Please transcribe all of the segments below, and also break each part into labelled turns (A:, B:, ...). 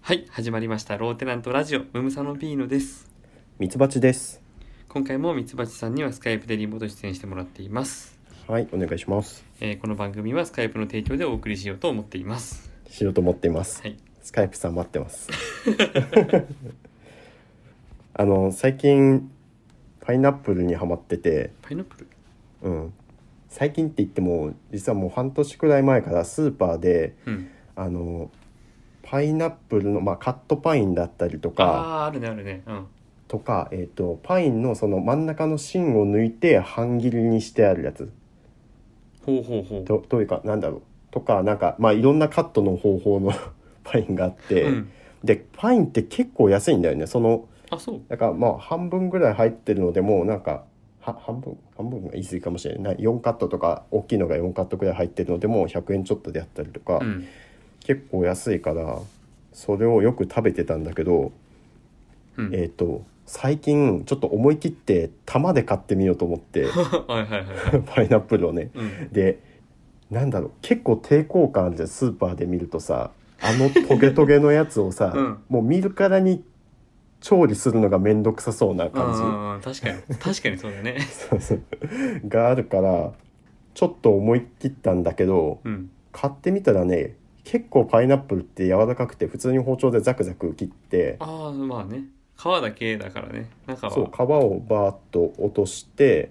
A: はい始まりましたローテナントラジオムムサノピーノです
B: ミツバチです。
A: 今回もミツバチさんにはスカイプでリモート出演してもらっています、
B: はい、お願いします。
A: えーこの番組はスカイプの提供でお送りしようと思っています
B: しようと思っています。
A: はい
B: スカイプさん待ってます。 あの最近パイナップルにハマってて、
A: パイナップル
B: うん。最近って言っても実はもう半年くらい前からスーパーで
A: うん
B: あのパイナップルのまあカットパインだったりとか
A: ああーあるねあるねうん
B: とかえっ、とパインのその真ん中の芯を抜いて半切りにしてあるやつ
A: ほうほうほ
B: とというかなんだろうとかなんかまあいろんなカットの方法の パインがあっ
A: う、
B: て、
A: うん、
B: でパインって結構安いんだよねその
A: あそう
B: だからまあ半分ぐらい入ってるのでもうなんかは半分半分が言い過ぎかもしれない4カットとか大きいのが4カットぐらい入ってるのでもう100円ちょっとであったりとか、
A: うん
B: 結構安いからそれをよく食べてたんだけど、
A: うん
B: えっ、と最近ちょっと思い切って玉で買ってみようと思っ て
A: はいはいはいはい
B: パイナップルをね
A: うん
B: でなんだろう結構抵抗感あるじゃんスーパーで見るとさあのトゲトゲのやつをさ、
A: うん
B: もう見るからに調理するのが面倒くさそうな
A: うんう
B: 感
A: んうん確かに確かにそうだね
B: じそうそう があるからちょっと思い切ったんだけど
A: うん
B: 買ってみたらね結構パイナップルって柔らかくて普通に包丁でザクザク切って
A: ああまあね皮だけだからね中は
B: そう皮をバーッと落として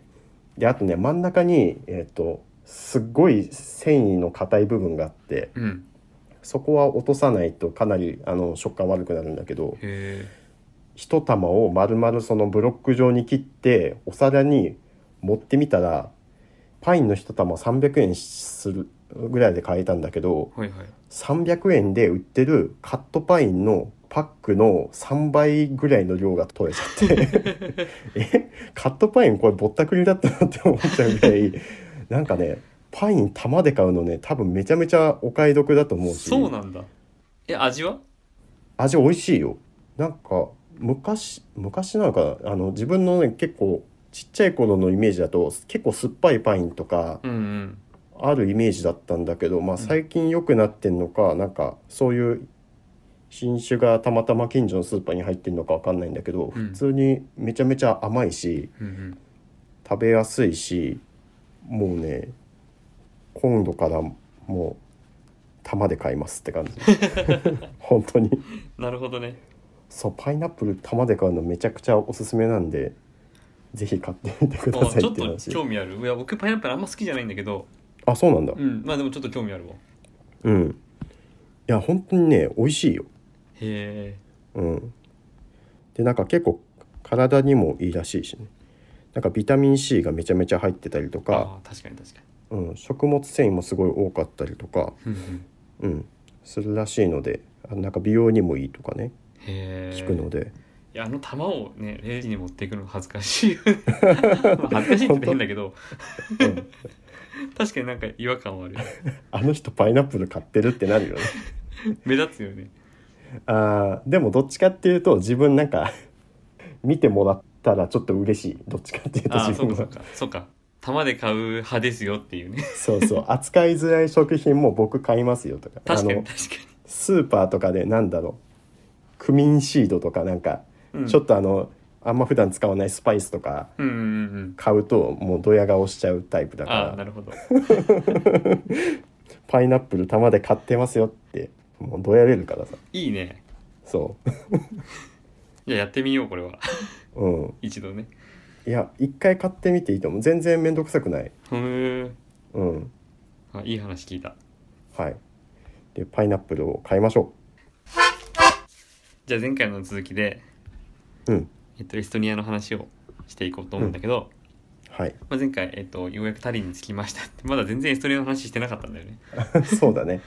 B: であとね真ん中にえっ、とすっごい繊維の硬い部分があって。
A: うん
B: そこは落とさないとかなりあの食感悪くなるんだけど
A: へ
B: 一玉を丸々そのブロック状に切ってお皿に持ってみたらパインの一玉300円するぐらいで買えたんだけど
A: えはいはい
B: 300円で売ってるカットパインのパックの3倍ぐらいの量が取れちゃってえカットパインこれぼったくりだったなって思っちゃうぐらいなんかねパイン玉で買うのね多分めちゃめちゃお買い得だと思うし
A: そうなんだえ味は
B: 味美味しいよなんか昔昔なのかなあの自分のね結構ちっちゃい頃のイメージだと結構酸っぱいパインとか
A: うんうん
B: あるイメージだったんだけど、まあ、
A: ん
B: 最近良くなってんのか、なんかそういう品種がたまたま近所のスーパーに入ってんのかわかんないんだけど、
A: うん
B: 普通にめちゃめちゃ甘いし
A: うんうん
B: 食べやすいしもうね今度からもう玉で買いますっ て感じ本当に。
A: なるほどね
B: そうパイナップル玉で買うのめちゃくちゃおすすめなんでぜひ買ってみてくだ
A: あ
B: さい
A: ちょっ
B: っていう
A: と
B: 話
A: 興味あるいや僕パイナップルあんま好きじゃないんだけど
B: あそうなんだ
A: うんまあでもちょっと興味あるわへ
B: うんいや本当にね美味しいよ
A: え
B: うんでなんか結構体にもいいらしいしねなんかビタミン C がめちゃめちゃ入ってたりとか、
A: あー確かに確か
B: うん、食物繊維もすごい多かったりとか、
A: にうんうん
B: うん、するらしいのであなんか美容にもいいとかね
A: へえ
B: 聞くので、
A: いやあの玉をねレジに持っていくの恥ずかしいよね まあ恥ずかしいって言って変だけど
B: うん、
A: 確かになんか違和感はある
B: あの人パイナップル買ってるってなるよね
A: 目立つよ ね
B: あーでもどっちかっていうと自分なんか 見てもらったらちょっと嬉しいどっちかっていうと
A: ああ
B: 自
A: そうかそ
B: 分は
A: うかそうか玉で買う派ですよっていうね
B: そうそう扱いづらい食品も僕買いますよとか
A: 確か
B: あ
A: に
B: の
A: 確か
B: スーパーとかでなんだろうクミンシードとかなんか、
A: に、うん、
B: ちょっとあのあんま普段使わないスパイスとか
A: うんうんうん
B: 買うともうドヤ顔しちゃうタイプだ
A: ああ
B: か
A: な
B: ら
A: るほど
B: パイナップル玉で買ってますよってもうドヤれるからさ
A: いいね
B: そ
A: いややってみようこれは
B: ううん
A: 一度ね
B: いや一回買ってみていいと思う全然面倒くさくない
A: ふー
B: うん
A: あいい話聞いた
B: はい。で、パイナップルを買いましょ
A: じゃあ前回の続きで、
B: う。うん。
A: えっと、エストニアの話をしていこうと思うんだけど、
B: はい。
A: まあ、前回、えっと、ようやくタリに着きましたってま だ全然エストニアの話してなかったんだよね、
B: そうだね。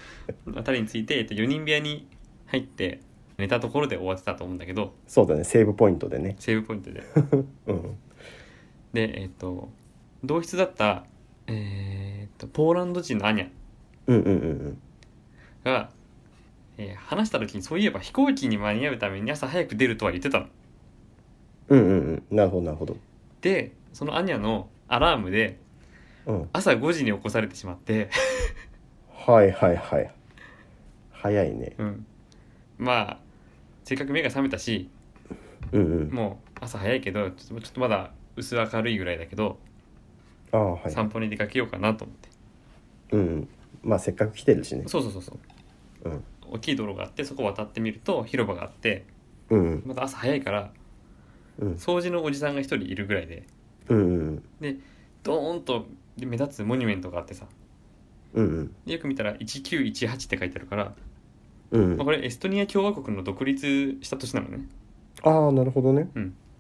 A: まあ、タリについて、えっと、4人部屋に入って寝たところで終わってたと思うんだけど
B: そうだね。セーブポイントでね。
A: セーブポイントで
B: うん。
A: でえっと同室だったえーっとポーランド人のアニャ
B: うんうんうん
A: が、えー話した時にそういえば飛行機に間に合うために朝早く出るとは言ってたの
B: うん。うんうんうん。なるほどなるほど。
A: でそのアニャのアラームで
B: うん。
A: 朝5時に起こされてしまって、
B: はいはいはい。早いね。
A: うん、まあせっかく目が覚めたし
B: うんうん
A: もう朝早いけどちょっとちょっとまだ薄明るいぐらいだけど、
B: ああはい
A: 散歩に出かけようかなと思って
B: うんうんまあせっかく来てるしね
A: そうそうそうそう
B: うん
A: 大きい道路があってそこ渡ってみると広場があって
B: うん
A: また朝早いから
B: うん
A: 掃除のおじさんが一人いるぐらいで
B: うんうん
A: ドーンとで目立つモニュメントがあってさ
B: うんうん
A: でよく見たら1918って書いてあるから、
B: うんう
A: まあ、
B: ん
A: これエストニア共和国の独立した年なのね、
B: ああなるほどね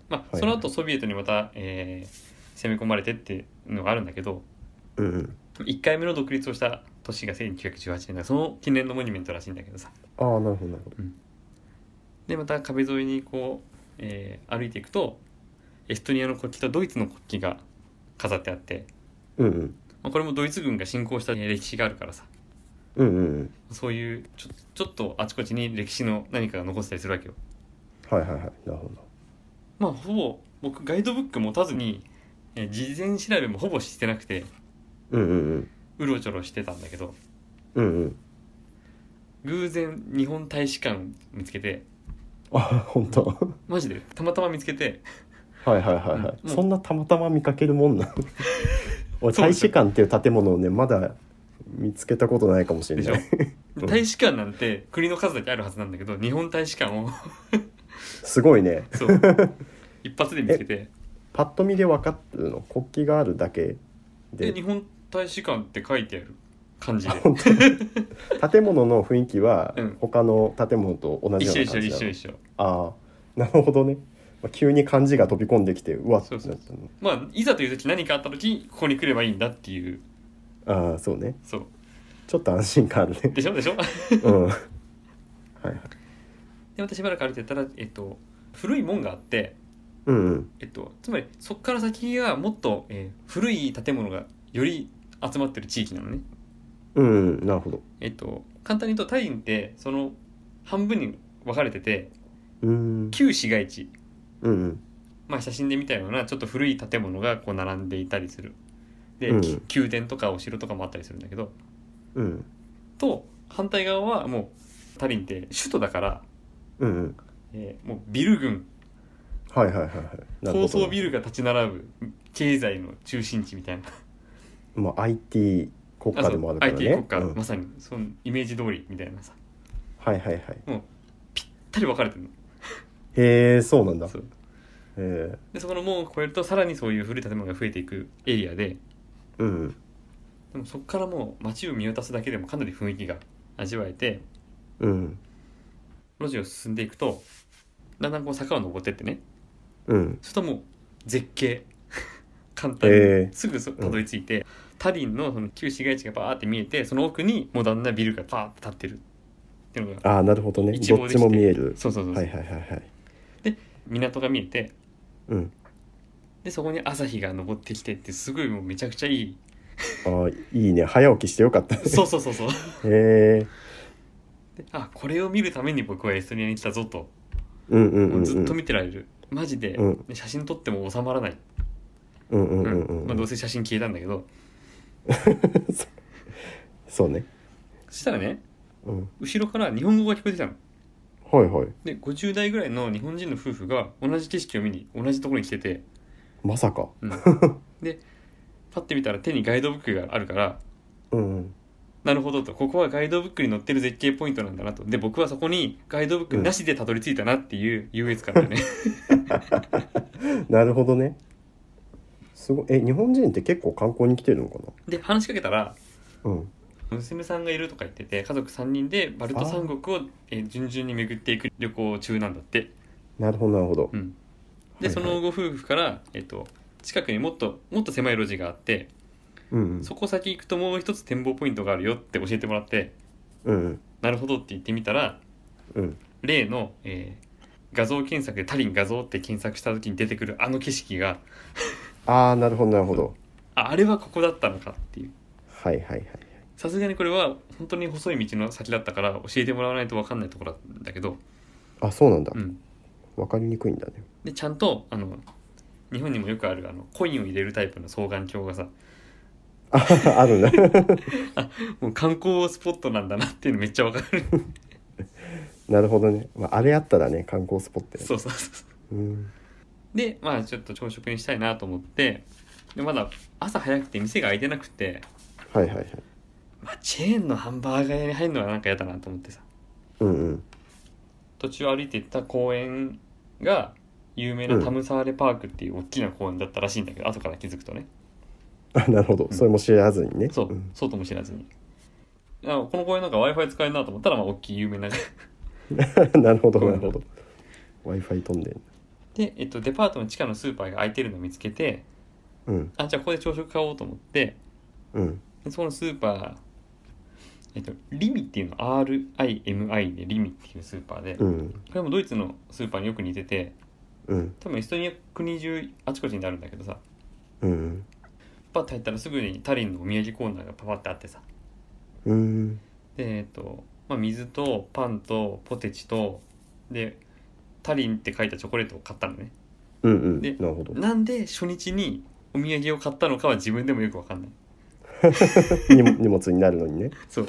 A: まあ、
B: はい
A: その後ソビエトにまた、えー攻め込まれてっていうのがあるんだけど
B: うんうん
A: 1回目の独立をした年が1918年だからその記念のモニュメントらしいんだけどさ
B: ああなるほどなるほど
A: でまた壁沿いにこう、えー歩いていくとエストニアの国旗とドイツの国旗が飾ってあって、
B: うんうん
A: まあ、これもドイツ軍が侵攻した歴史があるからさ
B: うんうんうん
A: そういうちょちょっとあちこちに歴史の何かが残ってたりするわけよ
B: はいはいはいなるほど
A: まあほぼ僕ガイドブック持たずに、えー事前調べもほぼしてなくて
B: うんうんう
A: う
B: ん
A: ろちょろしてたんだけど
B: うんうん
A: 偶然日本大使館見つけて
B: あ本当
A: マジでたまたま見つけて
B: はいはいはいはい、
A: うん
B: そんなたまたま見かけるもん な俺
A: そうで
B: 大
A: すよ
B: 使館っていう建物をねまだ見つけたことないかもし
A: で
B: れ
A: し
B: な
A: ょ
B: いうん
A: 大使館なんて国の数だけあるはずなんだけど日本大使館 を
B: すごいね
A: そう一発で見つけて
B: パッと見で分かるの国旗があるだけ
A: で
B: で
A: 日本大使館って書いてある感じで
B: 本建物の雰囲気は
A: うん
B: 他の建物と同じよ
A: 一緒
B: うな
A: 一緒
B: 感じ
A: 一
B: な
A: 緒
B: の
A: 一緒
B: ああなるほどね、まあ、急に漢字が飛び込んできてうわっ
A: そう
B: て
A: そう
B: なったの
A: まあいざという時何かあった時ここに来ればいいんだっていう
B: ああそうね
A: そう
B: ちょっと安心感ある ね
A: でしょでしょ
B: うんはいはい
A: でまたしばらく歩いてたら、えっと、古い門があって、
B: うんうん
A: えっと、つまりそこから先がもっと、えー古い建物がより集まってる地域なのね、
B: うんうんなるほど
A: えっと、簡単に言うとタインってその半分に分かれてて
B: うーん
A: 旧市街地
B: うんうん
A: まあ写真で見たようなちょっと古い建物がこう並んでいたりするで、
B: うん
A: き宮殿とかお城とかもあったりするんだけど
B: うん
A: と反対側はもうタリンって首都だから、
B: うんうん
A: えーもうビル群
B: はいはいはいはいなるほ
A: 高
B: ど
A: 層ビルが立ち並ぶ経済の中心地みたいな
B: まあ IT 国
A: あ
B: 家
A: そう
B: でもあるからね
A: IT 国家、
B: うん
A: まさにそのイメージ通りみたいなさ
B: はいはいはい
A: たり分かれてるの
B: へえそうなんだへ
A: そう
B: え
A: でそこの門を越えるとさらにそういう古い建物が増えていくエリアで
B: うんうん
A: でもそこからもう街を見渡すだけでもかなり雰囲気が味わえて
B: うん
A: 路地を進んでいくとだんだんこう坂を登ってってね
B: うん
A: そしたらもう絶景 簡単
B: へ
A: に
B: え
A: すぐそたどり着いて、タリンのその旧市街地がバーって見えてその奥にモダンなビルがバーって立ってるっていうのが
B: ああなるほどね
A: 一望
B: どっ
A: でき
B: ち
A: て
B: も見える
A: そうそうそうそう、
B: はいはいはいはい
A: 港が見えて
B: うん
A: でそこに朝日が昇ってきてってすごいもうめちゃくちゃい い
B: ああいいね早起きしてよかったね
A: そうそうそうそう
B: へえ
A: であこれを見るために僕はエストニアに来たぞと
B: うんうん
A: も
B: う
A: うんずっと
B: うん
A: 見てられるマジで、
B: うん
A: ね写真撮っても収まらない、
B: うんうん
A: う
B: うんんうん
A: まあ、どうせ写真消えたんだけど
B: そうね
A: そしたらね
B: うん
A: 後ろから日本語が聞こえてきたの
B: はいはい
A: で50代ぐらいの日本人の夫婦が同じ景色を見に同じところに来てて、
B: まさか
A: うんでパッて見たら手にガイドブックがあるから
B: うんうん
A: なるほどとここはガイドブックに載ってる絶景ポイントなんだなとで僕はそこにガイドブックなしでたどり着いたなっていう優越感だ ね、
B: なるほどねすごいえ日本人って結構観光に来てるのか
A: で話しかけたら
B: なうん
A: 娘さんがいるとか言ってて家族3人でバルト三国をえー順々に巡っていく旅行中なんだって、
B: なるほどなるほど
A: うん、で、
B: はいはい
A: そのご夫婦から、えっと近くにもっともっと狭い路地があって
B: うん
A: そこ先行くともう一つ展望ポイントがあるよって教えてもらって
B: うんうん
A: なるほどって言ってみたら
B: うん
A: 例の、えー画像検索で「タリン画像」って検索した時に出てくるあの景色が
B: ああなるほどなるほど
A: ああれはここだったのかっていう
B: はいはいはい
A: さすがにこれは本当に細い道の先だったから教えてもらわないと分かんないところだったんだけど、
B: あそうなんだ
A: うん、
B: わかりにくいんだね
A: でちゃんとあの日本にもよくあるあのコインを入れるタイプの双眼鏡がさ
B: ああるんだ
A: もう観光スポットなんだなっていうのめっちゃわかる
B: なるほどね、まあ、あれあったらね観光スポット
A: そうそうそうそう
B: う、うん、
A: でまあちょっと朝食にしたいなと思ってでまだ朝早くて店が開いてなくて、
B: はいはいはい
A: まあ、チェーンのハンバーガー屋に入るのはなんか嫌だなと思ってさ
B: うんうん
A: 途中歩いてった公園が有名なタムサーレパークっていう大きな公園だったらしいんだけど、後から気づくとね
B: あなるほど、
A: うん
B: それも知らずにね
A: そう、
B: ん
A: そうとも知らずにあこの公園なんか w i f i 使えるなと思ったらまあ大きい有名な
B: なるほど
A: ごめ
B: なん るほど w i f i 飛んでん
A: で、えっと、デパートの地下のスーパーが空いてるのを見つけて
B: うん
A: あじゃあここで朝食買おうと思って
B: うん
A: でそこのスーパーえっと、リミっていうの RIMI でリミっていうスーパーで、
B: う
A: こ
B: ん
A: れもドイツのスーパーによく似てて
B: うん
A: 多分エストニア国中あちこちになるんだけどさ
B: うん
A: パッと入ったらすぐにタリンのお土産コーナーがパパってあってさ
B: うん
A: でえっと、まあ、水とパンとポテチとでタリンって書いたチョコレートを買ったのね
B: うんうん
A: で
B: なるほど
A: なんで初日にお土産を買ったのかは自分でもよくわかんない
B: 荷物荷物に なるのにね
A: そう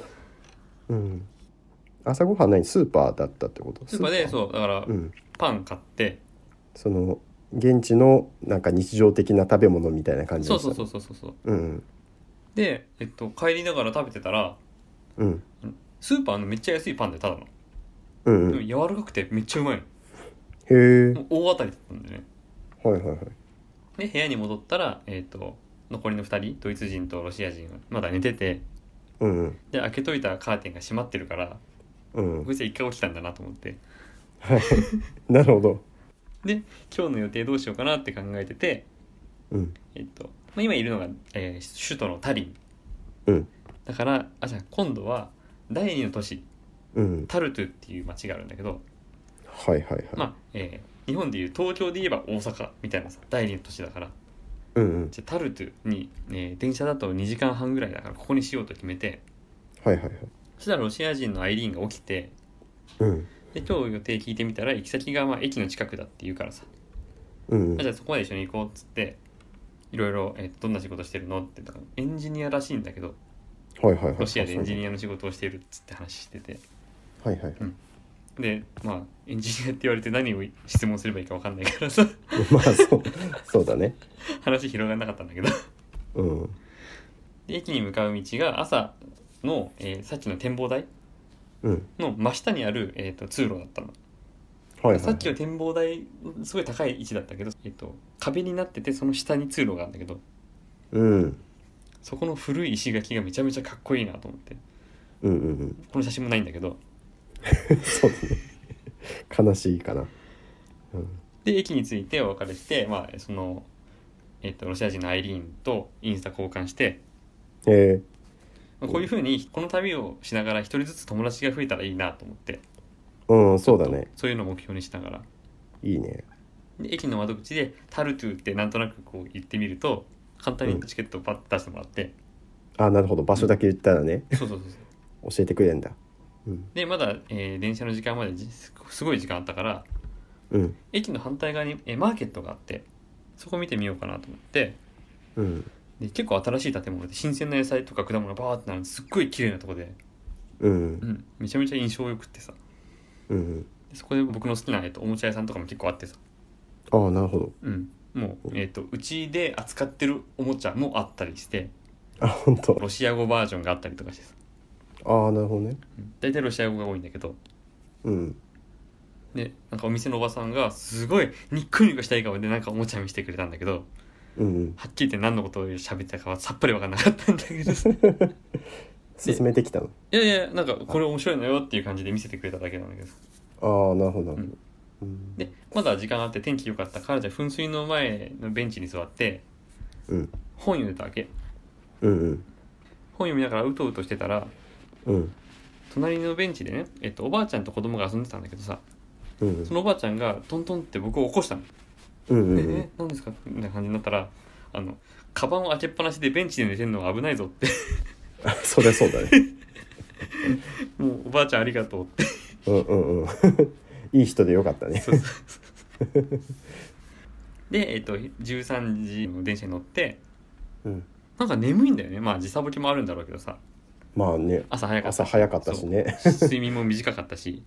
B: うん朝ごはん何スーパーだったってこと
A: スーパーでそうだから
B: うん、
A: パン買って、
B: その現地のなんか日常的な食べ物みたいな感じ
A: そう
B: でし
A: そ
B: た
A: うそうそうそうそう
B: うん
A: で、えっと、帰りながら食べてたら
B: うん
A: スーパーのめっちゃ安いパンでただの
B: うんう
A: で
B: ん
A: も柔らかくてめっちゃうまい
B: へえ
A: のもう大当たりだったんでね
B: はいはいはい
A: で部屋に戻ったら、えっと残りの2人ドイツ人とロシア人はまだ寝てて
B: うんうん
A: で開けといたカーテンが閉まってるから
B: うん
A: こいつは一回起きたんだなと思って
B: なるほど
A: で今日の予定どうしようかなって考えてて、
B: うん
A: えっとまあ、今いるのが、えー首都のタリン
B: うん
A: だからあじゃあ今度は第二の都市
B: うん
A: タルトゥっていう町があるんだけど、
B: はいはいはい、
A: まあえー日本でいう東京で言えば大阪みたいなさ第二の都市だから
B: うんうん
A: じゃあタルトゥに、えー電車だと2時間半ぐらいだからここにしようと決めて
B: はいはいはい
A: そしたらロシア人のアイリーンが起きて
B: うん
A: で今日予定聞いてみたら行き先がまあ駅の近くだって言うからさ
B: うんうん
A: あじゃあそこまで一緒に行こうっつっていろいろ、えーどんな仕事してるの?」ってだからエンジニアらしいんだけど
B: はいはいはい
A: ロシアでエンジニ
B: ア
A: アの仕事をしているっつって話してて
B: はいはいはい
A: でまあエンジニアって言われて何を質問すればいいか分かんないからさ
B: まあそうそうだね
A: 話広がんなかったんだけど
B: うん
A: で駅に向かう道が朝の、えーさっきの展望台
B: うん
A: の真下にある、えー、と通路だったの、
B: はいはい
A: さっきの展望台すごい高い位置だったけど、えー、と壁になっててその下に通路があるんだけど
B: うん
A: そこの古い石垣がめちゃめちゃかっこいいなと思って
B: うんうん
A: この写真もないんだけど
B: うんそうだね悲しいかなうん
A: で駅に着いてお別れして、まあ、その、えっとロシア人のアイリーンとインスタ交換して、
B: え
A: まあこういうふうにこの旅をしながら一人ずつ友達が増えたらいいなと思って
B: ー、うんそうだ
A: ちょっ
B: ね
A: とそういうのを目標にしながら
B: いいね
A: で駅の窓口で「タルトゥ」ってなんとなくこう言ってみると簡単にチケットをパッと出してもらって、
B: あなるほど場所だけ言ったらね
A: そうそうそうそう
B: 教えてくれんだうん
A: でまだ、えー電車の時間までじすすごい時間あったから
B: うん
A: 駅の反対側に、えーマーケットがあってそこ見てみようかなと思って
B: うん
A: で結構新しい建物で新鮮な野菜とか果物がバーってなるすっごい綺麗なとこで
B: う
A: うんん、めちゃめちゃ印象よくってさ
B: うん
A: でそこで僕の好きな、えっと、おもちゃ屋さんとかも結構あってさ、
B: ああなるほど
A: うん、もう、えっと、うちで扱ってるおもちゃもあったりして
B: あ本当
A: ロシア語バージョンがあったりとかしてさ、
B: ああなるほどね
A: うん、大体ロシア語が多いんだけど
B: うん
A: でなんかお店のおばさんがすごいニッコニコした笑顔でなんかおもちゃ見せてくれたんだけど
B: うんうん
A: はっきり言って何のことを喋ってたかはさっぱり分かんなかったんだけどさ い
B: 進めてきたの
A: やいやなんかこれ面白いのよっていう感じで見せてくれただけなんだけどさ
B: ああなるほどなるほど
A: うん
B: うん
A: でまだ時間あって天気良かったからじゃあ噴水の前のベンチに座って
B: うん
A: 本読んでたわけ
B: うんうん
A: 本読みながらうとうとしてたら
B: うん
A: 隣のベンチでね、えっと、おばあちゃんと子供が遊んでたんだけどさ
B: うん
A: そのおばあちゃんがトントンって僕を起こしたの。
B: うんうん
A: で
B: う
A: え
B: ん
A: 何ですかみたいな感じになったらあのカバンを開けっぱなしでベンチで寝てるのは危ないぞって
B: あそりゃそうだね
A: もうおばあちゃんありがとうって
B: うんうんうん いい人でよかったね
A: そうそうそうで、えっと、13時の電車に乗って
B: うん
A: なんか眠いんだよねまあ時差ぼけもあるんだろうけどさ
B: まあね
A: 朝早かった
B: 朝早かったしね
A: そう睡眠も短かったし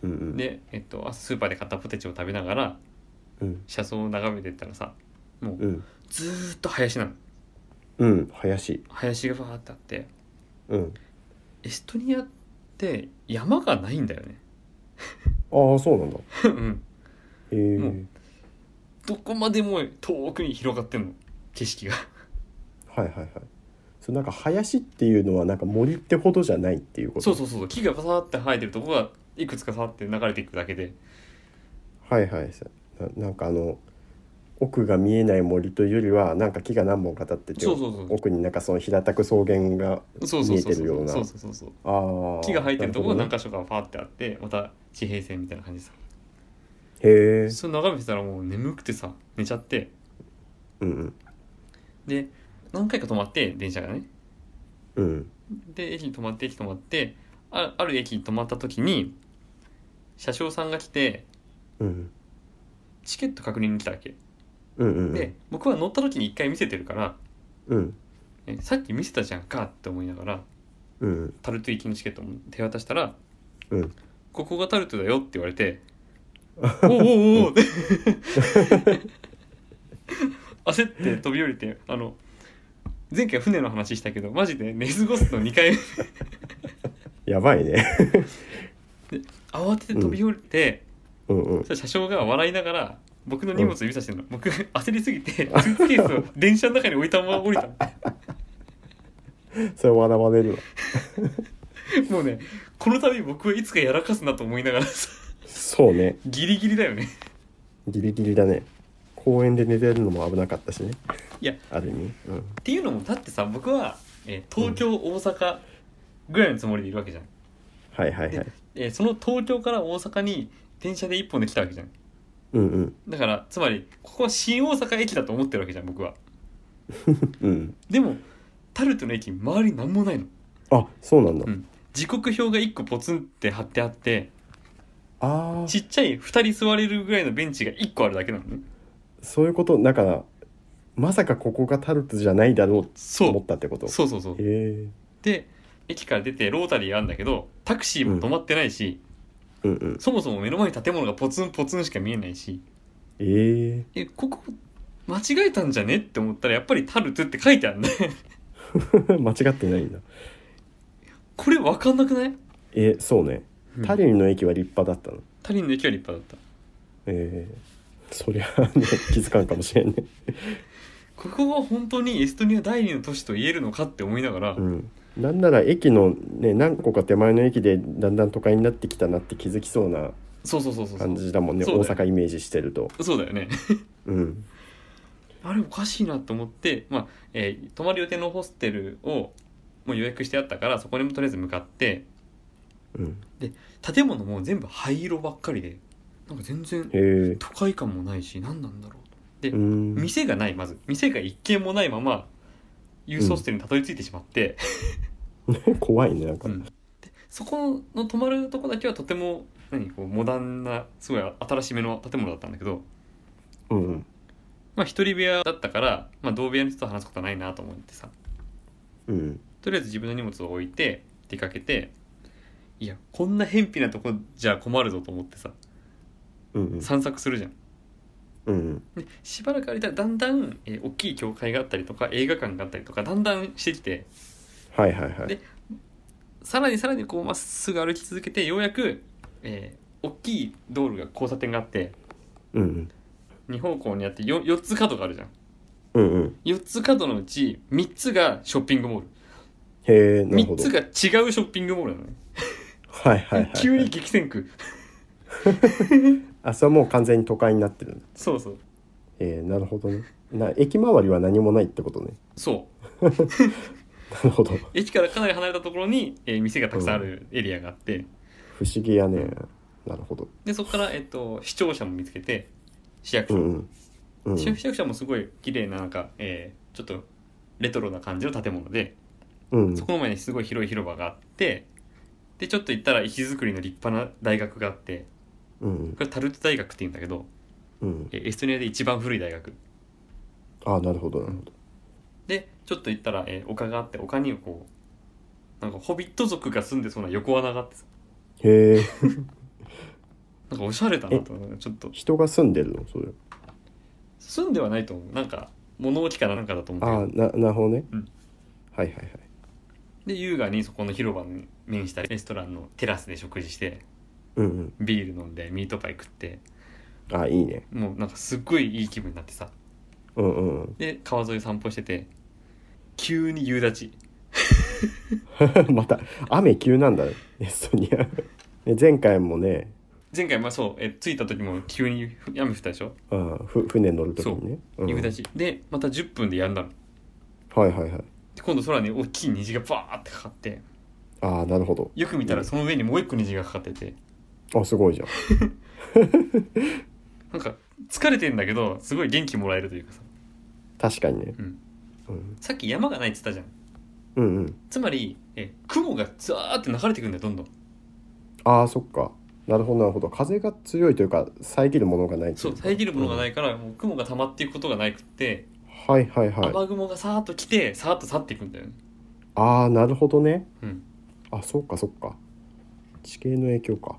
B: うんうん、
A: で、えっと、朝スーパーで買ったポテチを食べながら
B: うん
A: 車窓を眺めてったらさも
B: う
A: うんずーっと林なの
B: うん林
A: 林がバーってあって
B: うん
A: エストニアって山がないんだよね
B: ああそうなんだ
A: うん
B: へえ
A: もどこまでも遠くに広がってんの景色が
B: はいはいはいそうなんか林っていうのはなんか森ってほどじゃないっていうこと
A: そうそうそう木がバサーって生えてるとこがいくつかさって流れていくだけで
B: はいはいななんかあの奥が見えない森というよりはなんか木が何本か立ってて
A: そうそうそう
B: 奥になんかその平たく草原が
A: そうそうそう
B: 見えて
A: そう
B: るような
A: そうそうそうそう
B: あー
A: 木が生えてるとこが何
B: なる
A: か所かパーってあってまた地平線みたいな感じさ
B: ほどねへえ
A: それ眺めてたらもう眠くてさ寝ちゃって
B: うんうん
A: で何回か止まって電車がね
B: うん
A: で駅に止まって駅止まってあある駅に止まった時に車掌さんが来て
B: うん
A: チケット確認に来たわけ
B: うんうん
A: で僕は乗った時に一回見せてるから
B: うん
A: えさっき見せたじゃんかって思いながら
B: うん
A: タルト行きのチケットも手渡したら
B: うん
A: 「ここがタルトだよ」って言われ て「おおおおおって 焦って飛び降りてあの前回船の話したけどマジで寝過ごすの2回目
B: やばいね
A: 慌てて飛び降りて、
B: うんうん
A: そしたら車掌が笑いながら僕の荷物を指さしてるの、僕焦りすぎてスーツケースを電車の中に置いたまま降りたの
B: それ笑われるわ
A: もうねこの度僕はいつかやらかすなと思いながらさ
B: そうね
A: ギリギリだよね
B: ギリギリだね公園で寝てるのも危なかったしね
A: いやっ
B: ある意味うん
A: ていうのもだってさ僕は、えー東京、大阪ぐらいのつもりでいるわけじゃん、
B: はいはいはい
A: えーその東京から大阪に電車で一本で来たわけじゃん
B: うんうん
A: だからつまりここは新大阪駅だと思ってるわけじゃん僕は
B: うん
A: でもタルトの駅周り何もないの
B: あそうなんだ、
A: うん時刻表が1個ポツンって貼ってあって
B: ああ
A: ちっちゃい2人座れるぐらいのベンチが1個あるだけなのね
B: そういうことだからまさかここがタルトじゃないだろうと
A: そ
B: 思っ
A: う
B: たってこと
A: そうそうそう
B: へえ
A: で駅から出てロータリーあるんだけどタクシーも止まってないし、
B: うんうん
A: そもそも目の前に建物がポツンポツンしか見えないし
B: ええ
A: えここ間違えたんじゃねって思ったらやっぱりタルトって書いてあるんだ
B: 間違ってないんだ
A: これ分かんなくない、
B: えそうねタリンの駅は立派だったの、
A: タリンの駅は立派だっ
B: ええそりゃあね 気づかんかもしれんね
A: たここは本当にエストニア第二の都市と言えるのかって思いながら、
B: うんなんなら駅のね何個か手前の駅でだんだん都会になってきたなって気づきそうな
A: そうそうそうそうそう
B: 感じだもんね
A: そう
B: 大
A: だよ
B: 阪イメージしてると
A: そうだよね
B: うん
A: あれおかしいなと思って、まあえー泊まる予定のホステルをもう予約してあったからそこにもとりあえず向かって
B: うん
A: 建物も全部灰色ばっかりでなんか全然
B: へえ
A: 都会感もないし何なんだろうとで
B: うん
A: 店がないまず店が一軒もないままユースホステルにたどり着いてしまって、
B: 怖いねなんか、
A: うんでそこの泊まるとこだけはとても何こうモダンなすごい新しめの建物だったんだけど
B: うんうん、
A: まあ一人部屋だったから、まあ、同部屋の人と話すことはないなと思ってさ
B: うん、
A: とりあえず自分の荷物を置いて出かけていやこんな偏僻なとこじゃ困るぞと思ってさ
B: うん
A: 散策するじゃん
B: うん
A: でしばらく歩いたらだんだん、えー大きい教会があったりとか映画館があったりとかだんだんしてきて
B: はいはいはい
A: でさらにさらにこうまっすぐ歩き続けてようやく、えー大きい道路が交差点があって
B: うん
A: 2方向にあって 4, つ角があるじゃん
B: うんうん
A: 4つ角のうち3つがショッピングモール
B: へえなるほ
A: 3
B: ど
A: つが違うショッピングモールなのね、
B: はいはいはい、
A: 急に激戦区
B: あそれはもう完全に都会になってるんだ
A: そうそう
B: えー、なるほどねな駅周りは何もないってことね
A: そう
B: なるほど
A: 駅からかなり離れたところに、えー店がたくさんあるエリアがあって、
B: 不思議やねなるほど
A: でそこから、えっと視聴者も見つけて市役所、
B: うんうんうん
A: 市役所もすごい綺麗ななんか、えーちょっとレトロな感じの建物で、
B: うん
A: そこの前にすごい広い広場があってでちょっと行ったら石造りの立派な大学があって
B: うん
A: これタルト大学っていうんだけど
B: うん
A: えーエストニアで一番古い大学
B: あなるほどなるほど
A: でちょっと行ったら、えー丘があって丘にはこうなんかホビット族が住んでそうな横穴があってさ
B: へえ
A: なんかおしゃれだなと思ってちょっと
B: 人が住んでるのそれ
A: 住んではないと思うなんか物置かなんかだと思
B: あ
A: っ
B: あ
A: て
B: ななるほどね、
A: うん
B: はいはいはい
A: で優雅にそこの広場に面したレストランのテラスで食事して
B: うんうん
A: ビール飲んでミートパイ食って
B: ああいいね
A: もうなんかすっごいいい気分になってさ
B: うんうん うん
A: で川沿い散歩してて急に夕立ち
B: また雨急なんだねエストニア ね前回もね、
A: 前回まあそうえ着いた時も急に雨降ったでしょ
B: うん、ふ船乗る時にねうん
A: 夕立ち、でまた10分でやんだの
B: はいはいはい
A: で今度空に大きい虹がバーってかかって
B: ああなるほど
A: よく見たらその上にもう一個虹がかかってて
B: あすごいじゃん
A: なんか疲れてんだけどすごい元気もらえるというかさ
B: 確かにね、
A: うん
B: うん、
A: さっき山がないって言ったじゃん
B: うんうん
A: つまりえ雲がザーって流れてくんだよどんどん
B: ああそっかなるほどなるほど風が強いというか遮るものがない、
A: そう遮るものがないいからもう雲が溜まっていくことがなくって、
B: うんはいはいはい
A: 雨雲がさーっと来てさーっと去っていくんだよね
B: ああなるほどね
A: うん
B: あそっかそっか地形の影響か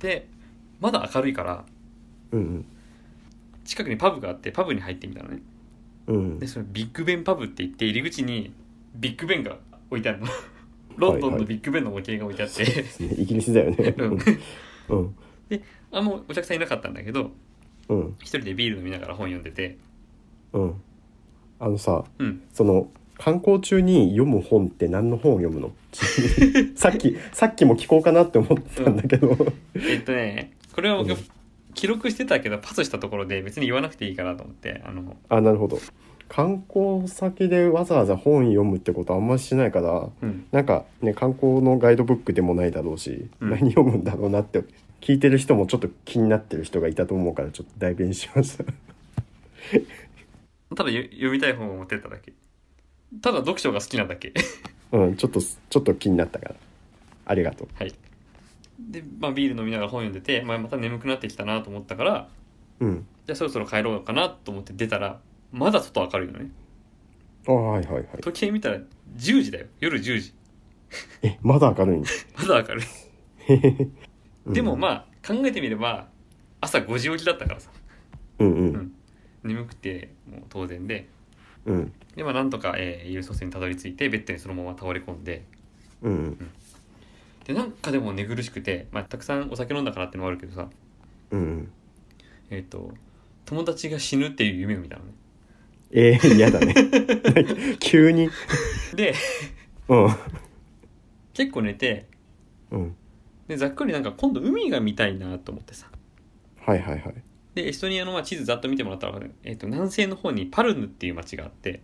A: でまだ明るいから
B: うん
A: 近くにパブがあってパブに入ってみたのね
B: うんうん
A: でそれビッグベンパブって言って入り口にビッグベンが置いてあるのロンドンのビッグベンの模型が置いてあって、
B: イギリスだよね
A: うん
B: うん
A: あんまお客さんいなかったんだけど
B: うん
A: 一人でビール飲みながら本読んでて
B: うんあのさ
A: うん
B: その観光中に読む本って何の本を読むの さっきさっきも聞こうかなって思ったんだけど
A: えっとねこれは
B: う
A: 僕
B: ん
A: 記録してたけどパスしたところで別に言わなくていいかなと思ってあの
B: あなるほど観光先でわざわざ本読むってことあんましないから
A: うん
B: なんかね観光のガイドブックでもないだろうし、
A: うん
B: 何読むんだろうなって聞いてる人もちょっと気になってる人がいたと思うからちょっと代弁しました
A: ただよ読みたい本を持ってっただけただ読書が好きなだけ
B: うん、ちょっと、ちょっと気になったから。ありがとう。
A: はいで、まあ、ビール飲みながら本読んでて、まあ、また眠くなってきたなと思ったから
B: うん。
A: じゃあそろそろ帰ろうかなと思って出たらまだ外明るいのね
B: あはいはいはい。
A: 時計見たら10時だよ夜10時
B: え、まだ明るいんだ。
A: まだ明るいでも
B: あ。
A: まあ考えてみれば朝5時起きだったからさ
B: うんうん。
A: 眠くてもう当然で
B: うん。
A: でまあなんとか、えー、郵送船にたどり着いてベッドにそのまま倒れ込んで
B: うんうん。
A: でなんかでも寝苦しくて、まあ、たくさんお酒飲んだからってのもあるけどさ
B: うんうん。
A: えっ、と友達が死ぬっていう夢を見たのね
B: えー、嫌だね。 急に。
A: で
B: うん。
A: 結構寝て
B: うん。
A: でざっくりなんか今度海が見たいなと思ってさ
B: はいはいはい。
A: でエストニアのまあ地図ざっと見てもらったら、えっと南西の方にパルヌっていう町があって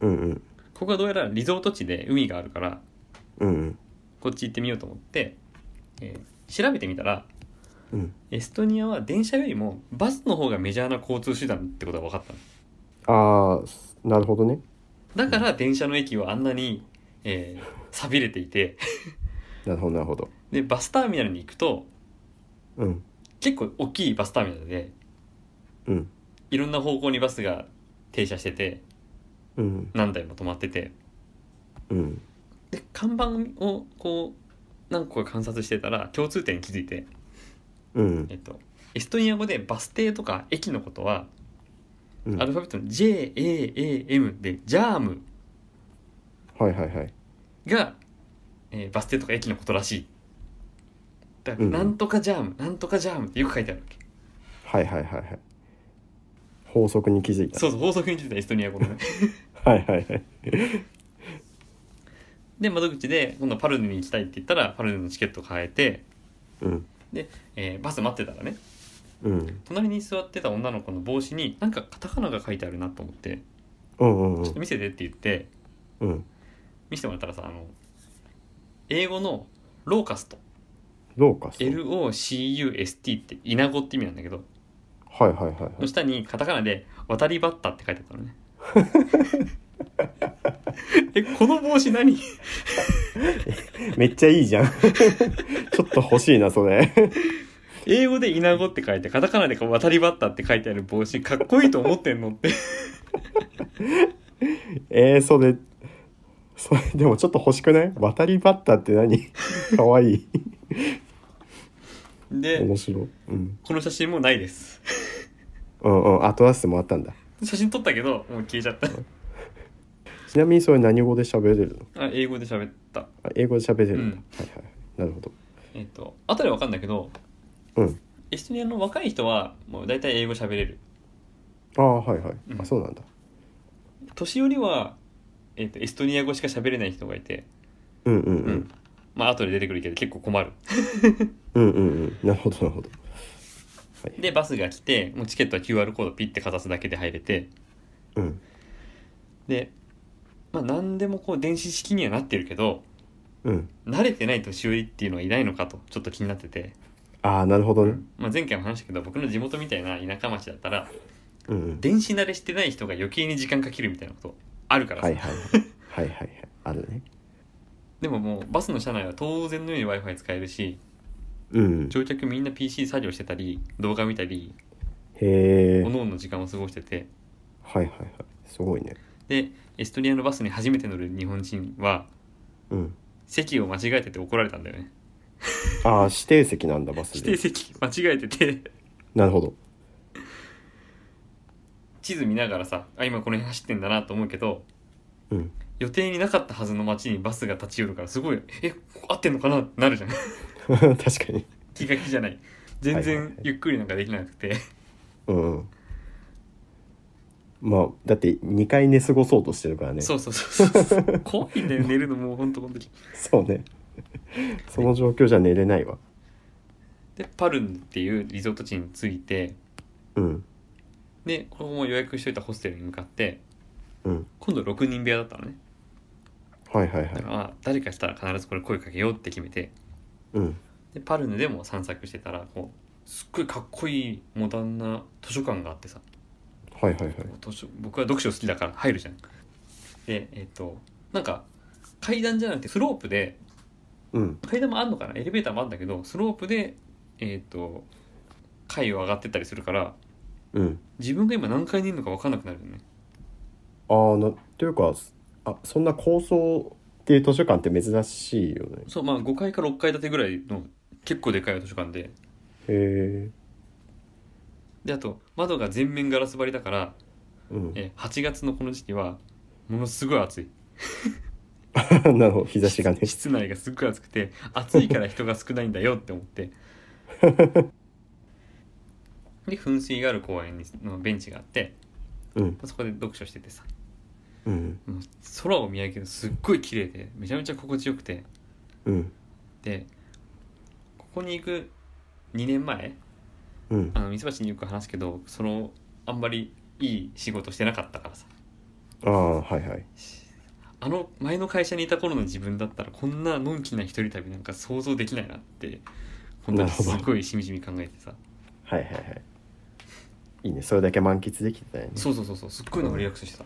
B: うんうん。
A: ここがどうやらリゾート地で海があるから
B: うんうん。
A: こっち行ってみようと思って、えー調べてみたら
B: うん。
A: エストニアは電車よりもバスの方がメジャーな交通手段ってことが分かったの
B: ああ、なるほどね。
A: だから電車の駅はあんなに、えー、寂れていて
B: なるほどなるほど。
A: でバスターミナルに行くと
B: うん。
A: 結構大きいバスターミナルで
B: うん。
A: いろんな方向にバスが停車してて
B: うん。
A: 何台も止まってて
B: うん。
A: で看板をこう何個か観察してたら共通点に気づいて、
B: うん
A: え。っと、エストニア語でバス停とか駅のことは
B: うん。
A: アル
B: はい
A: ファベットの JAAM でジャーム
B: はいはい。
A: が、えーバス停とか駅のことらしいだから
B: うん
A: なんとかジャーム、なんとかジャームってよく書いてあるわけ
B: はいはいはいはい。法則に気づいた。
A: そうそう法則についてエストニア語のね
B: はいはいはい。
A: で窓口で今度パルヌに行きたいって言ったらパルヌのチケットを買えて、
B: うん。
A: えーバス待ってたらね
B: うん。
A: 隣に座ってた女の子の帽子になんかカタカナが書いてあるなと思って
B: うんうん
A: 「
B: う
A: ちょっ
B: ん
A: と。見せて」って言って
B: うん。
A: 見せてもらったらさあの英語のローカスト
B: どうかそう
A: LOCUST ってイナゴって意味なんだけど
B: はいはいはいはい
A: の。下にカタカナで「渡りバッタ」って書いてあったのね えこの帽子何
B: めっちゃいいじゃん。 ちょっと欲しいな、それ。
A: 英語で「イナゴ」って書いてカタカナで「渡りバッタ」って書いてある帽子かっこいいと思ってんの って
B: えー、それ、それ、で もちょっと欲しくない渡りバッタって何かわいい。
A: で
B: 面白い、うん、
A: この写真もないです
B: うんうん後出してもらったんだ
A: 写真撮ったけどもう消えちゃった
B: ちなみにそれ何語で喋れるの
A: あ英語で喋った
B: あ英語で喋れるんだ、
A: うん
B: はいはいなるほど
A: えっ、と後で分かんだけど
B: うん
A: エストニアの若い人はもう大体英語喋れる
B: ああはいはい、
A: うん
B: あそうなんだ
A: 年寄りは、えっとエストニア語しか喋れない人がいて、
B: うんうん
A: う
B: うんん
A: まあ後で出てくるけど結構困る
B: うんうんうんなるほどなるほど
A: でバスが来てもうチケットは QR コードピッてかざすだけで入れて
B: うん
A: で、まあ、何でもこう電子式にはなってるけど
B: うん
A: 慣れてない年寄りっていうのはいないのかとちょっと気になってて、
B: ああなるほどね
A: まあ、前回も話したけど僕の地元みたいな田舎町だったら
B: うん、うん、
A: 電子慣れしてない人が余計に時間かけるみたいなことあるからさ、
B: はいはいはい はいはいはいあるね
A: でももうバスの車内は当然のように w i f i 使えるし
B: うん
A: 乗客みんな PC 作業してたり動画見たり
B: へえ
A: おのおの時間を過ごしてて
B: はいはいはいすごいね
A: でエストニアのバスに初めて乗る日本人は
B: うん
A: 席を間違えてて怒られたんだよね
B: ああ指定席なんだバス
A: 指
B: で
A: 定席間違えてて
B: なるほど
A: 地図見ながらさあ今この辺走ってんだなと思うけど
B: うん
A: 予定になかったはずの町にバスが立ち寄るからすごいえここ合ってんのかなってなるじゃん
B: 確かに
A: 気が気じゃない全然ゆっくりなんかできなくて
B: うんまあだって2回寝過ごそうとしてるからね
A: そうそうそうそう 怖いんだよ寝るのもうほんとこの時
B: そう ねその状況じゃ寝れないわ
A: でパルンっていうリゾート地に着いて
B: うん
A: でここも予約しといたホステルに向かって
B: うん
A: 今度6人部屋だったのね
B: はいはいは
A: だか
B: い
A: らまあ誰かしたら必ずこれ声かけようって決めて
B: うん
A: でパルヌでも散策してたらこうすっごいかっこいいモダンな図書館があってさ
B: はいはいはい
A: 図書僕は読書好きだから入るじゃん。でえっ、となんか階段じゃなくてスロープで
B: うん
A: 階段もあんのかなエレベーターもあんだけどスロープでえっ、と階を上がってったりするから
B: うん
A: 自分が今何階にいるのか分かんなくなるよね。
B: ああなというかあそんな高層っていう図書館って珍しいよね
A: そうまあ5階か6階建てぐらいの結構でかい図書館で
B: へえ
A: であと窓が全面ガラス張りだから、
B: うん
A: えー8月のこの時期はものすごい暑い
B: なるほど日差しがね
A: 室内がすっごい暑くて暑いから人が少ないんだよって思ってで噴水がある公園にのベンチがあって
B: うん
A: そこで読書しててさ
B: うん
A: もう空を見上げるとすっごい綺麗でめちゃめちゃ心地よくて
B: うん
A: でここに行く2年前
B: うん
A: あのミツバチによく話すけどそのあんまりいい仕事してなかったからさ
B: ああはいはい
A: あの前の会社にいた頃の自分だったらこんなのんきな一人旅なんか想像できないなって本当にす
B: なるほ
A: ごいしみじみ考えてさ
B: はいはいはいいいねそれだけ満喫できてたよね
A: そうそうそうそうすっごいなんかリラックスしてた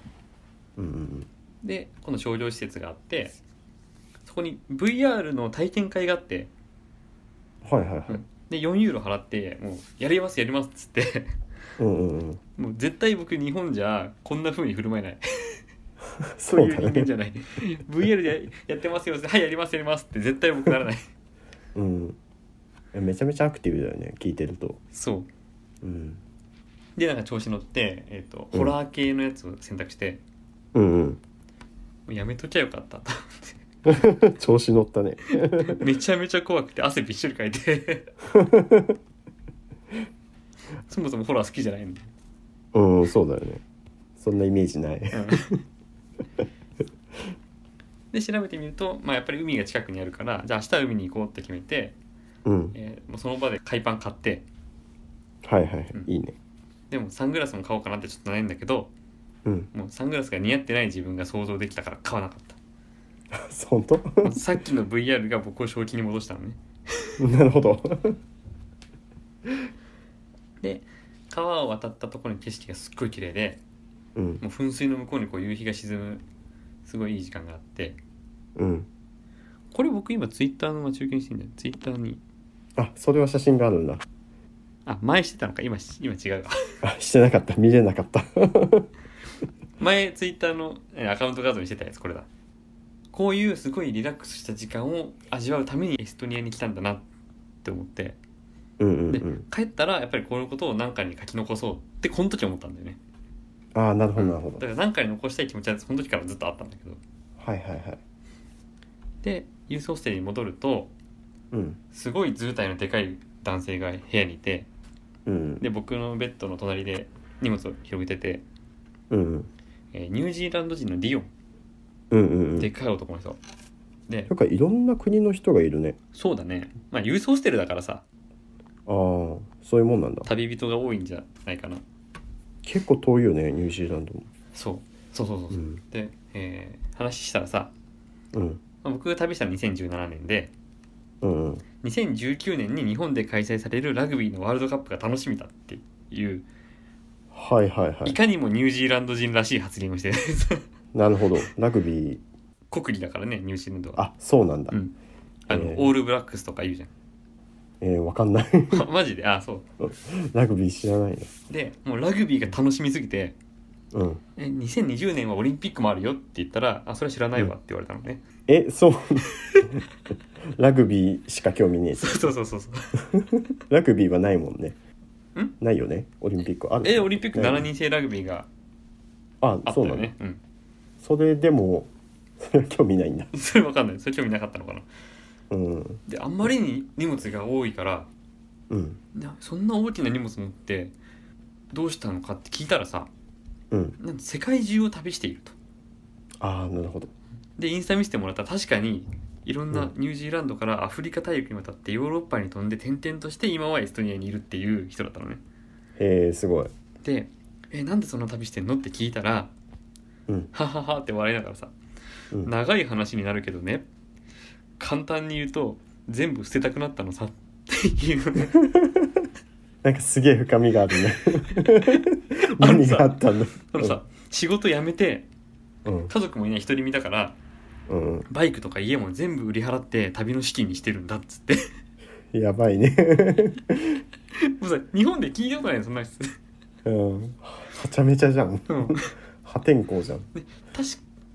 B: うんうん
A: でこの商業施設があってそこに VR の体験会があって
B: うんはいはいはい
A: で4ユーロ払ってもうやりますやりますっつって
B: うんうんうん
A: もう絶対僕日本じゃこんな風に振る舞えないそ
B: そ
A: う
B: う
A: いう
B: だ
A: 人間じ
B: ね
A: ゃない VR でやってますよはいやりますやりますって絶対僕ならない
B: うんめちゃめちゃアクティブだよね聞いてると
A: そう
B: うん
A: でなんか調子乗って、えー、と
B: うん
A: ホラー系のやつを選択して、
B: うんうん
A: もうやめときゃよか ったと
B: 調子乗ったね
A: めちゃめちゃ怖くて汗びっしょりかいてそもそもホラー好きじゃないんで、
B: うんそうだよねそんなイメージない
A: で調べてみると、まあ、やっぱり海が近くにあるからじゃあ明日海に行こうって決めて、
B: うん
A: えーもうその場で海パン買って
B: はいはいはい、
A: うん
B: いいね
A: でもサングラスも買おうかなってちょっと悩んだけど
B: うん
A: もうサングラスが似合ってない自分が想像できたから買わなかった
B: 本当
A: もうさっきの VR が僕を正気に戻したのね
B: なるほど
A: で川を渡ったところに景色がすっごい綺麗で
B: うん
A: もう噴水の向こうにこう夕日が沈むすごいいい時間があって
B: うん
A: これ僕今ツイッターの待ち受けにしてんだよツイッターに
B: あそれは写真があるんだ
A: あ前してたのか今し今違うわ
B: あしてなかった見れなかった
A: 前ツイッターのえーアカウント画像にしてたやつこれだこういうすごいリラックスした時間を味わうためにエストニアに来たんだなって思って
B: うんうんうん
A: 帰ったらやっぱりこういうことを何かに書き残そうってこの時思ったんだよね
B: ああなるほどなるほど
A: だから何かに残したい気持ちはその時からずっとあったんだけど
B: はいはいはい
A: でユースホステルに戻ると
B: うん
A: すごい図体のでかい男性が部屋にいて
B: うん
A: で僕のベッドの隣で荷物を広げてて、
B: うん
A: えーニュージーランド人のディオン
B: うんうんうん
A: でっかい男の人で
B: なんかいろんな国の人がいるね
A: そうだねまあユースホステルだからさ
B: ああそういうもんなんだ
A: 旅人が多いんじゃないかな
B: 結構遠いよねニュージーランドも
A: そうそうそうそうそううんで、えー話したらさ、
B: うん
A: まあ僕が旅したの2017年で
B: うんうん
A: 2019年に日本で開催されるラグビーのワールドカップが楽しみだっていう、、
B: はいはいはいい
A: かにもニュージーランド人らしい発言をしてる
B: なるほどラグビー
A: 国技だからねニュージーランドは
B: あそうなんだ、
A: うんあの、
B: えー
A: オールブラックスとか言う じゃん
B: えー、わかんない
A: まマジであそ
B: ラグビー知らないね
A: うでもうラグビーが楽しみすぎて
B: うん
A: 「え2020年はオリンピックもあるよ」って言ったら「あそれは知らないわ」って言われたのね、
B: えそう ラグビーしか興味ねえし
A: そうそう そうそう
B: ラグビーはないもんね
A: ん
B: ないよねオリンピックある
A: えオリンピック7
B: ない
A: 人制ラグビーが
B: あ
A: あった
B: そう
A: よ
B: なの
A: ねうん
B: それでもそれは興味ないんだ
A: それわかんないそれ興味なかったのかな
B: うん
A: であんまりに荷物が多いから
B: うん
A: なそんな大きな荷物持ってどうしたのかって聞いたらさ
B: うん
A: なんと世界中を旅していると
B: ああなるほど
A: でインスタ見せてもらったら確かにいろん
B: う
A: なんニュージーランドからアフリカ大陸に渡ってヨーロッパに飛んで転々として今はエストニアにいるっていう人だったのね
B: へえすごい
A: で「えなんでそんな旅してんの?」って聞いたら
B: うん
A: 「ははは」って笑いながらさ
B: うん
A: 長い話になるけどね簡単に言うと全部捨てたくなったのさっていうね
B: なんかすげえ深みがある ね
A: あの
B: 何
A: さ
B: があったんだ
A: あのさ仕事辞めて
B: うん
A: 家族もいない独り身だから
B: うん
A: バイクとか家も全部売り払って旅の資金にしてるんだっつって
B: やばいね
A: もうさ日本で聞いたことないのそんな人
B: うんはちゃめちゃじゃん
A: うん
B: 破天荒じゃん
A: 確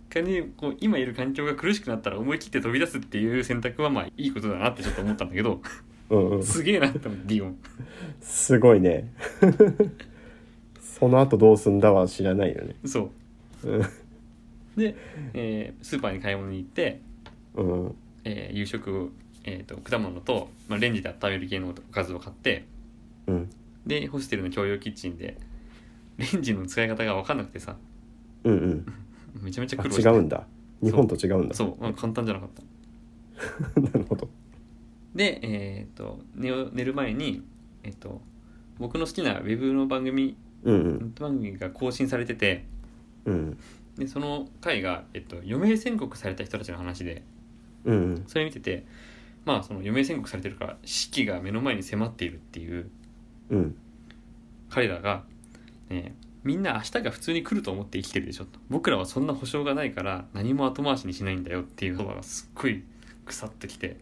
A: かにこう今いる環境が苦しくなったら思い切って飛び出すっていう選択はまあいいことだなってちょっと思ったんだけ ど
B: うんうん
A: すげえなって思うディオン
B: すごいね その後どうすんだは知らないよね
A: そう
B: うん
A: で、えースーパーに買い物に行って、
B: うん
A: えー夕食を、えー、と果物と、まあ、レンジで温める系のおかずを買って
B: うん
A: でホステルの共用キッチンでレンジの使い方が分かんなくてさ
B: うんうん
A: めちゃめちゃ
B: あ
A: 苦労
B: 違
A: して
B: うんだ日本と違うんだ
A: そう、まあ、簡単じゃなかった
B: なるほど
A: で、えー、と寝を寝る前に、えー、と僕の好きなウェブの番組
B: うんうん
A: 番組が更新されてて
B: うん
A: でその回が、えっと、余命宣告された人たちの話で
B: うんうん
A: それ見ててまあその余命宣告されてるから死期が目の前に迫っているっていう
B: うん
A: 彼らが、ねみんな明日が普通に来ると思って生きてるでしょ」と「僕らはそんな保証がないから何も後回しにしないんだよ」っていう言葉がすっごいくさっときて、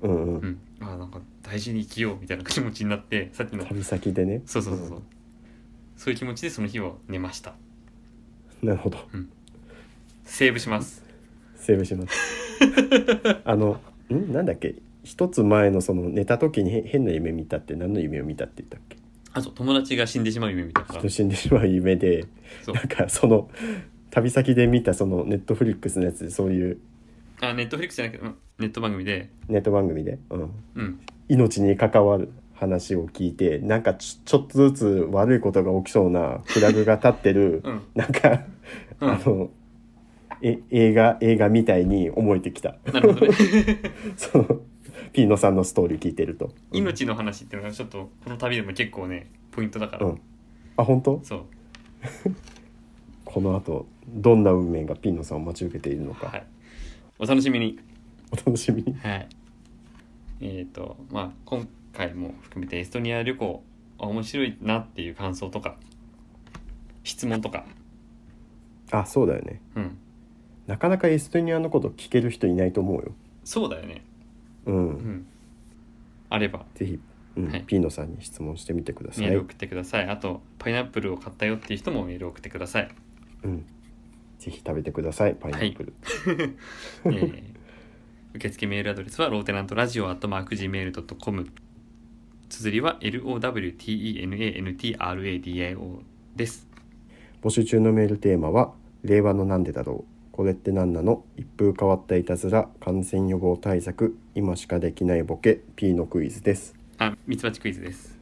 B: うんう
A: うんん、ああなんか大事に生きようみたいな気持ちになってさっきの
B: 旅先でね
A: そうそうそうそうそういう気持ちでその日は寝ました
B: なるほど
A: セーブします
B: セーブします あのんなんだっけ一つ前のその寝た時にへ変な夢見たって何の夢を見たって言ったっけ
A: あそう友達が死んでしまう夢みたいな
B: 人死んでしまう夢で
A: そう
B: なんかその旅先で見たそのネットフリックスのやつでそういう
A: あネットフリックスじゃなくてうんネット番組で
B: ネット番組で、うん、
A: うん
B: 命に関わる話を聞いてなんかちょちょっとずつ悪いことが起きそうなフラグが立ってる
A: うん
B: なんか、
A: うん
B: あのえ映画映画みたいに思えてきた
A: なるほどね
B: そのピーノさんのストーリー聞いてると。
A: 命の話っていうのがちょっとこの旅でも結構ねポイントだから、
B: うんあ本当
A: そう
B: この後どんな運命がピーノさんを待ち受けているのか、
A: はいお楽しみに
B: お楽しみに
A: はいえっ、とまあ今回も含めてエストニア旅行あ面白いなっていう感想とか質問とか
B: あそうだよね
A: うん
B: なかなかエストニアのこと聞ける人いないと思うよ
A: そうだよね
B: う
A: うんんあれば
B: ぜひ、うん
A: はい
B: ピーノさんに質問してみてくださ
A: メ
B: い、
A: ール送ってください、あとパイナップルを買ったよっていう人もメール送ってくだ さい、
B: うん、ぜひ食べてくださいパイナップル、
A: えー受付メールアドレスはローテナントラジオ at markgmail.com 綴りは LOWTENANTRADIO です
B: 募集中のメールテーマは「令和のなんでだろうこれって何なの一風変わったいたずら感染予防対策今しかできないボケ P のクイズ」です。
A: あミツバチクイズです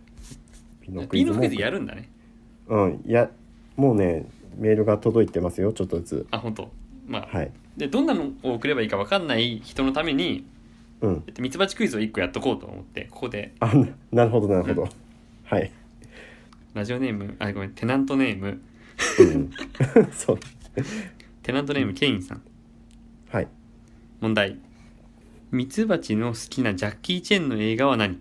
B: P
A: ピーノクイズやるんだね
B: うんいやもうねメールが届いてますよちょっとずつ。
A: あ本当まあ、
B: はい。
A: でどんなのを送ればいいか分かんない人のために
B: うん。
A: ミツバチクイズを1個やっとこうと思ってここで
B: あななるほどなるほ
A: う
B: ど。はい。
A: ラジオネームあごめんテナントネーム
B: うん そう。
A: テナントネームケインさん
B: はい。
A: 問題ミツバチの好きなジャッキー・チェンの映画は何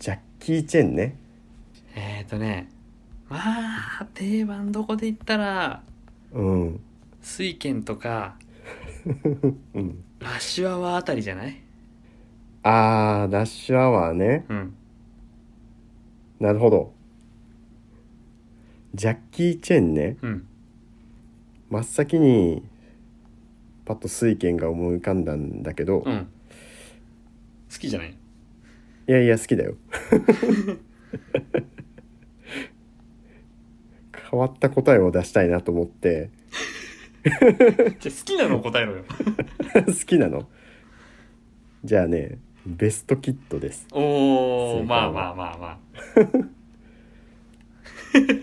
B: ジャッキー・チェンね。
A: えーとねまあ定番どこで言ったら
B: うん。
A: 水拳とか
B: うん。
A: ラッシュアワーあたりじゃない
B: あー、ラッシュアワーね。
A: うん
B: なるほど。ジャッキー・チェンね。
A: うん
B: 真っ先に、パッと水拳が思い浮かんだんだけど、
A: う
B: い
A: ん好 きじゃない
B: やいや、好 きだよ。変わった答えを出したいなと思って、
A: じゃあ好きなのを答えろよ
B: 好きなの。じゃあね、ベストキットです。
A: おお
B: 正解
A: まあまあまあま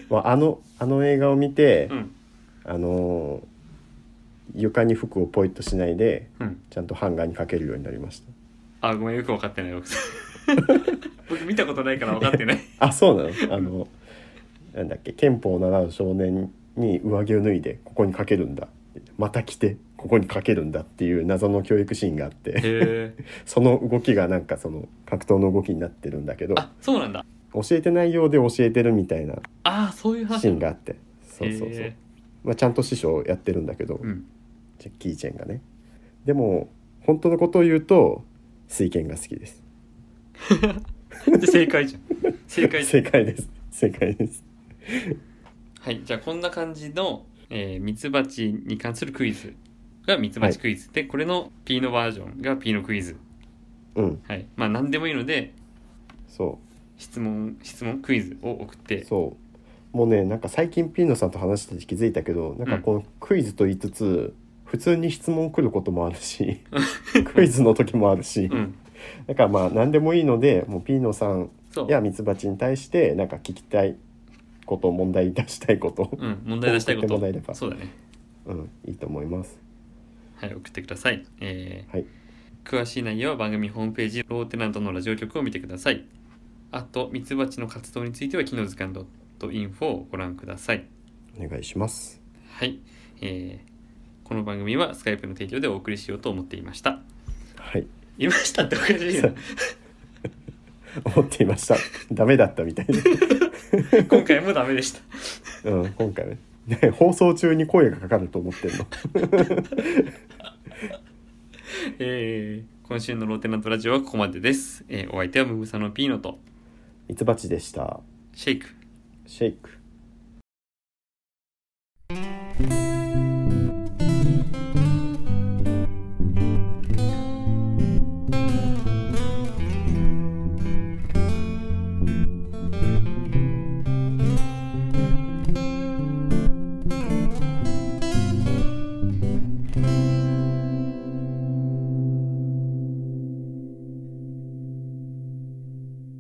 B: まあ、あの、あの映画を見て、
A: あうん
B: あのー床に服をポイッとしないで
A: うん
B: ちゃんとハンガーにかけるようになりまし
A: あごめんよく分かってない 僕僕見たことないから分かってない
B: たあそうな のあのなんだっけ憲法を習う少年に上着を脱いでここにかけるんだまた着てここにかけるんだっていう謎の教育シーンが あって
A: へえ
B: その動きがなんかその格闘の動きになってるんだけど
A: あそうなんだ
B: 教えてないようで教えてるみたいな
A: ああそういう話
B: シーンがあってそうそうそう
A: へ、
B: まあ、ちゃんと師匠をやってるんだけど、
A: ーうん
B: ジャッキー・チェンがねでも本当のことを言うと水拳が好きです
A: で正解じゃん正解じゃん
B: 正解です正解です
A: はいじゃあこんな感じの、えーミツバチに関するクイズがミツバチクイズ、でこれの P のバージョンが P のクイズ
B: うん
A: はいまあ何でもいいので
B: そ
A: 質問質問クイズを送っ
B: う
A: て
B: そうもうねなんか最近ピーノさんと話してて気づいたけどなんかこのクイズと言いつつ、普通に質問来ることもあるし クイズの時もあるし
A: うん
B: だからまあ何でもいいのでもうピーノさん
A: そう
B: やミツバチに対してなんか聞きたいこと問題出したいこと、
A: うん、問題出したいこ
B: 送ってもらえれば
A: とそうだね
B: うん、いいと思います
A: はい送ってくださいえー
B: はい
A: 詳しい内容は番組ホームページローテナントのラジオ局を見てくださいあとミツバチの活動については木の図鑑 .info をご覧ください
B: お願いします
A: はい、えーこの番組はスカイプの提供でお送りしようと思っていました
B: はい
A: いましたっておかしいな
B: 思っていましたダメだったみたいで
A: 今回もダメでした
B: うん、今回ねね放送中に声がかかると思ってんの
A: えー今週のローテナントラジオはここまでです、えーお相手はムブサのピーノと
B: ミツバチでした
A: シェイク
B: シェイク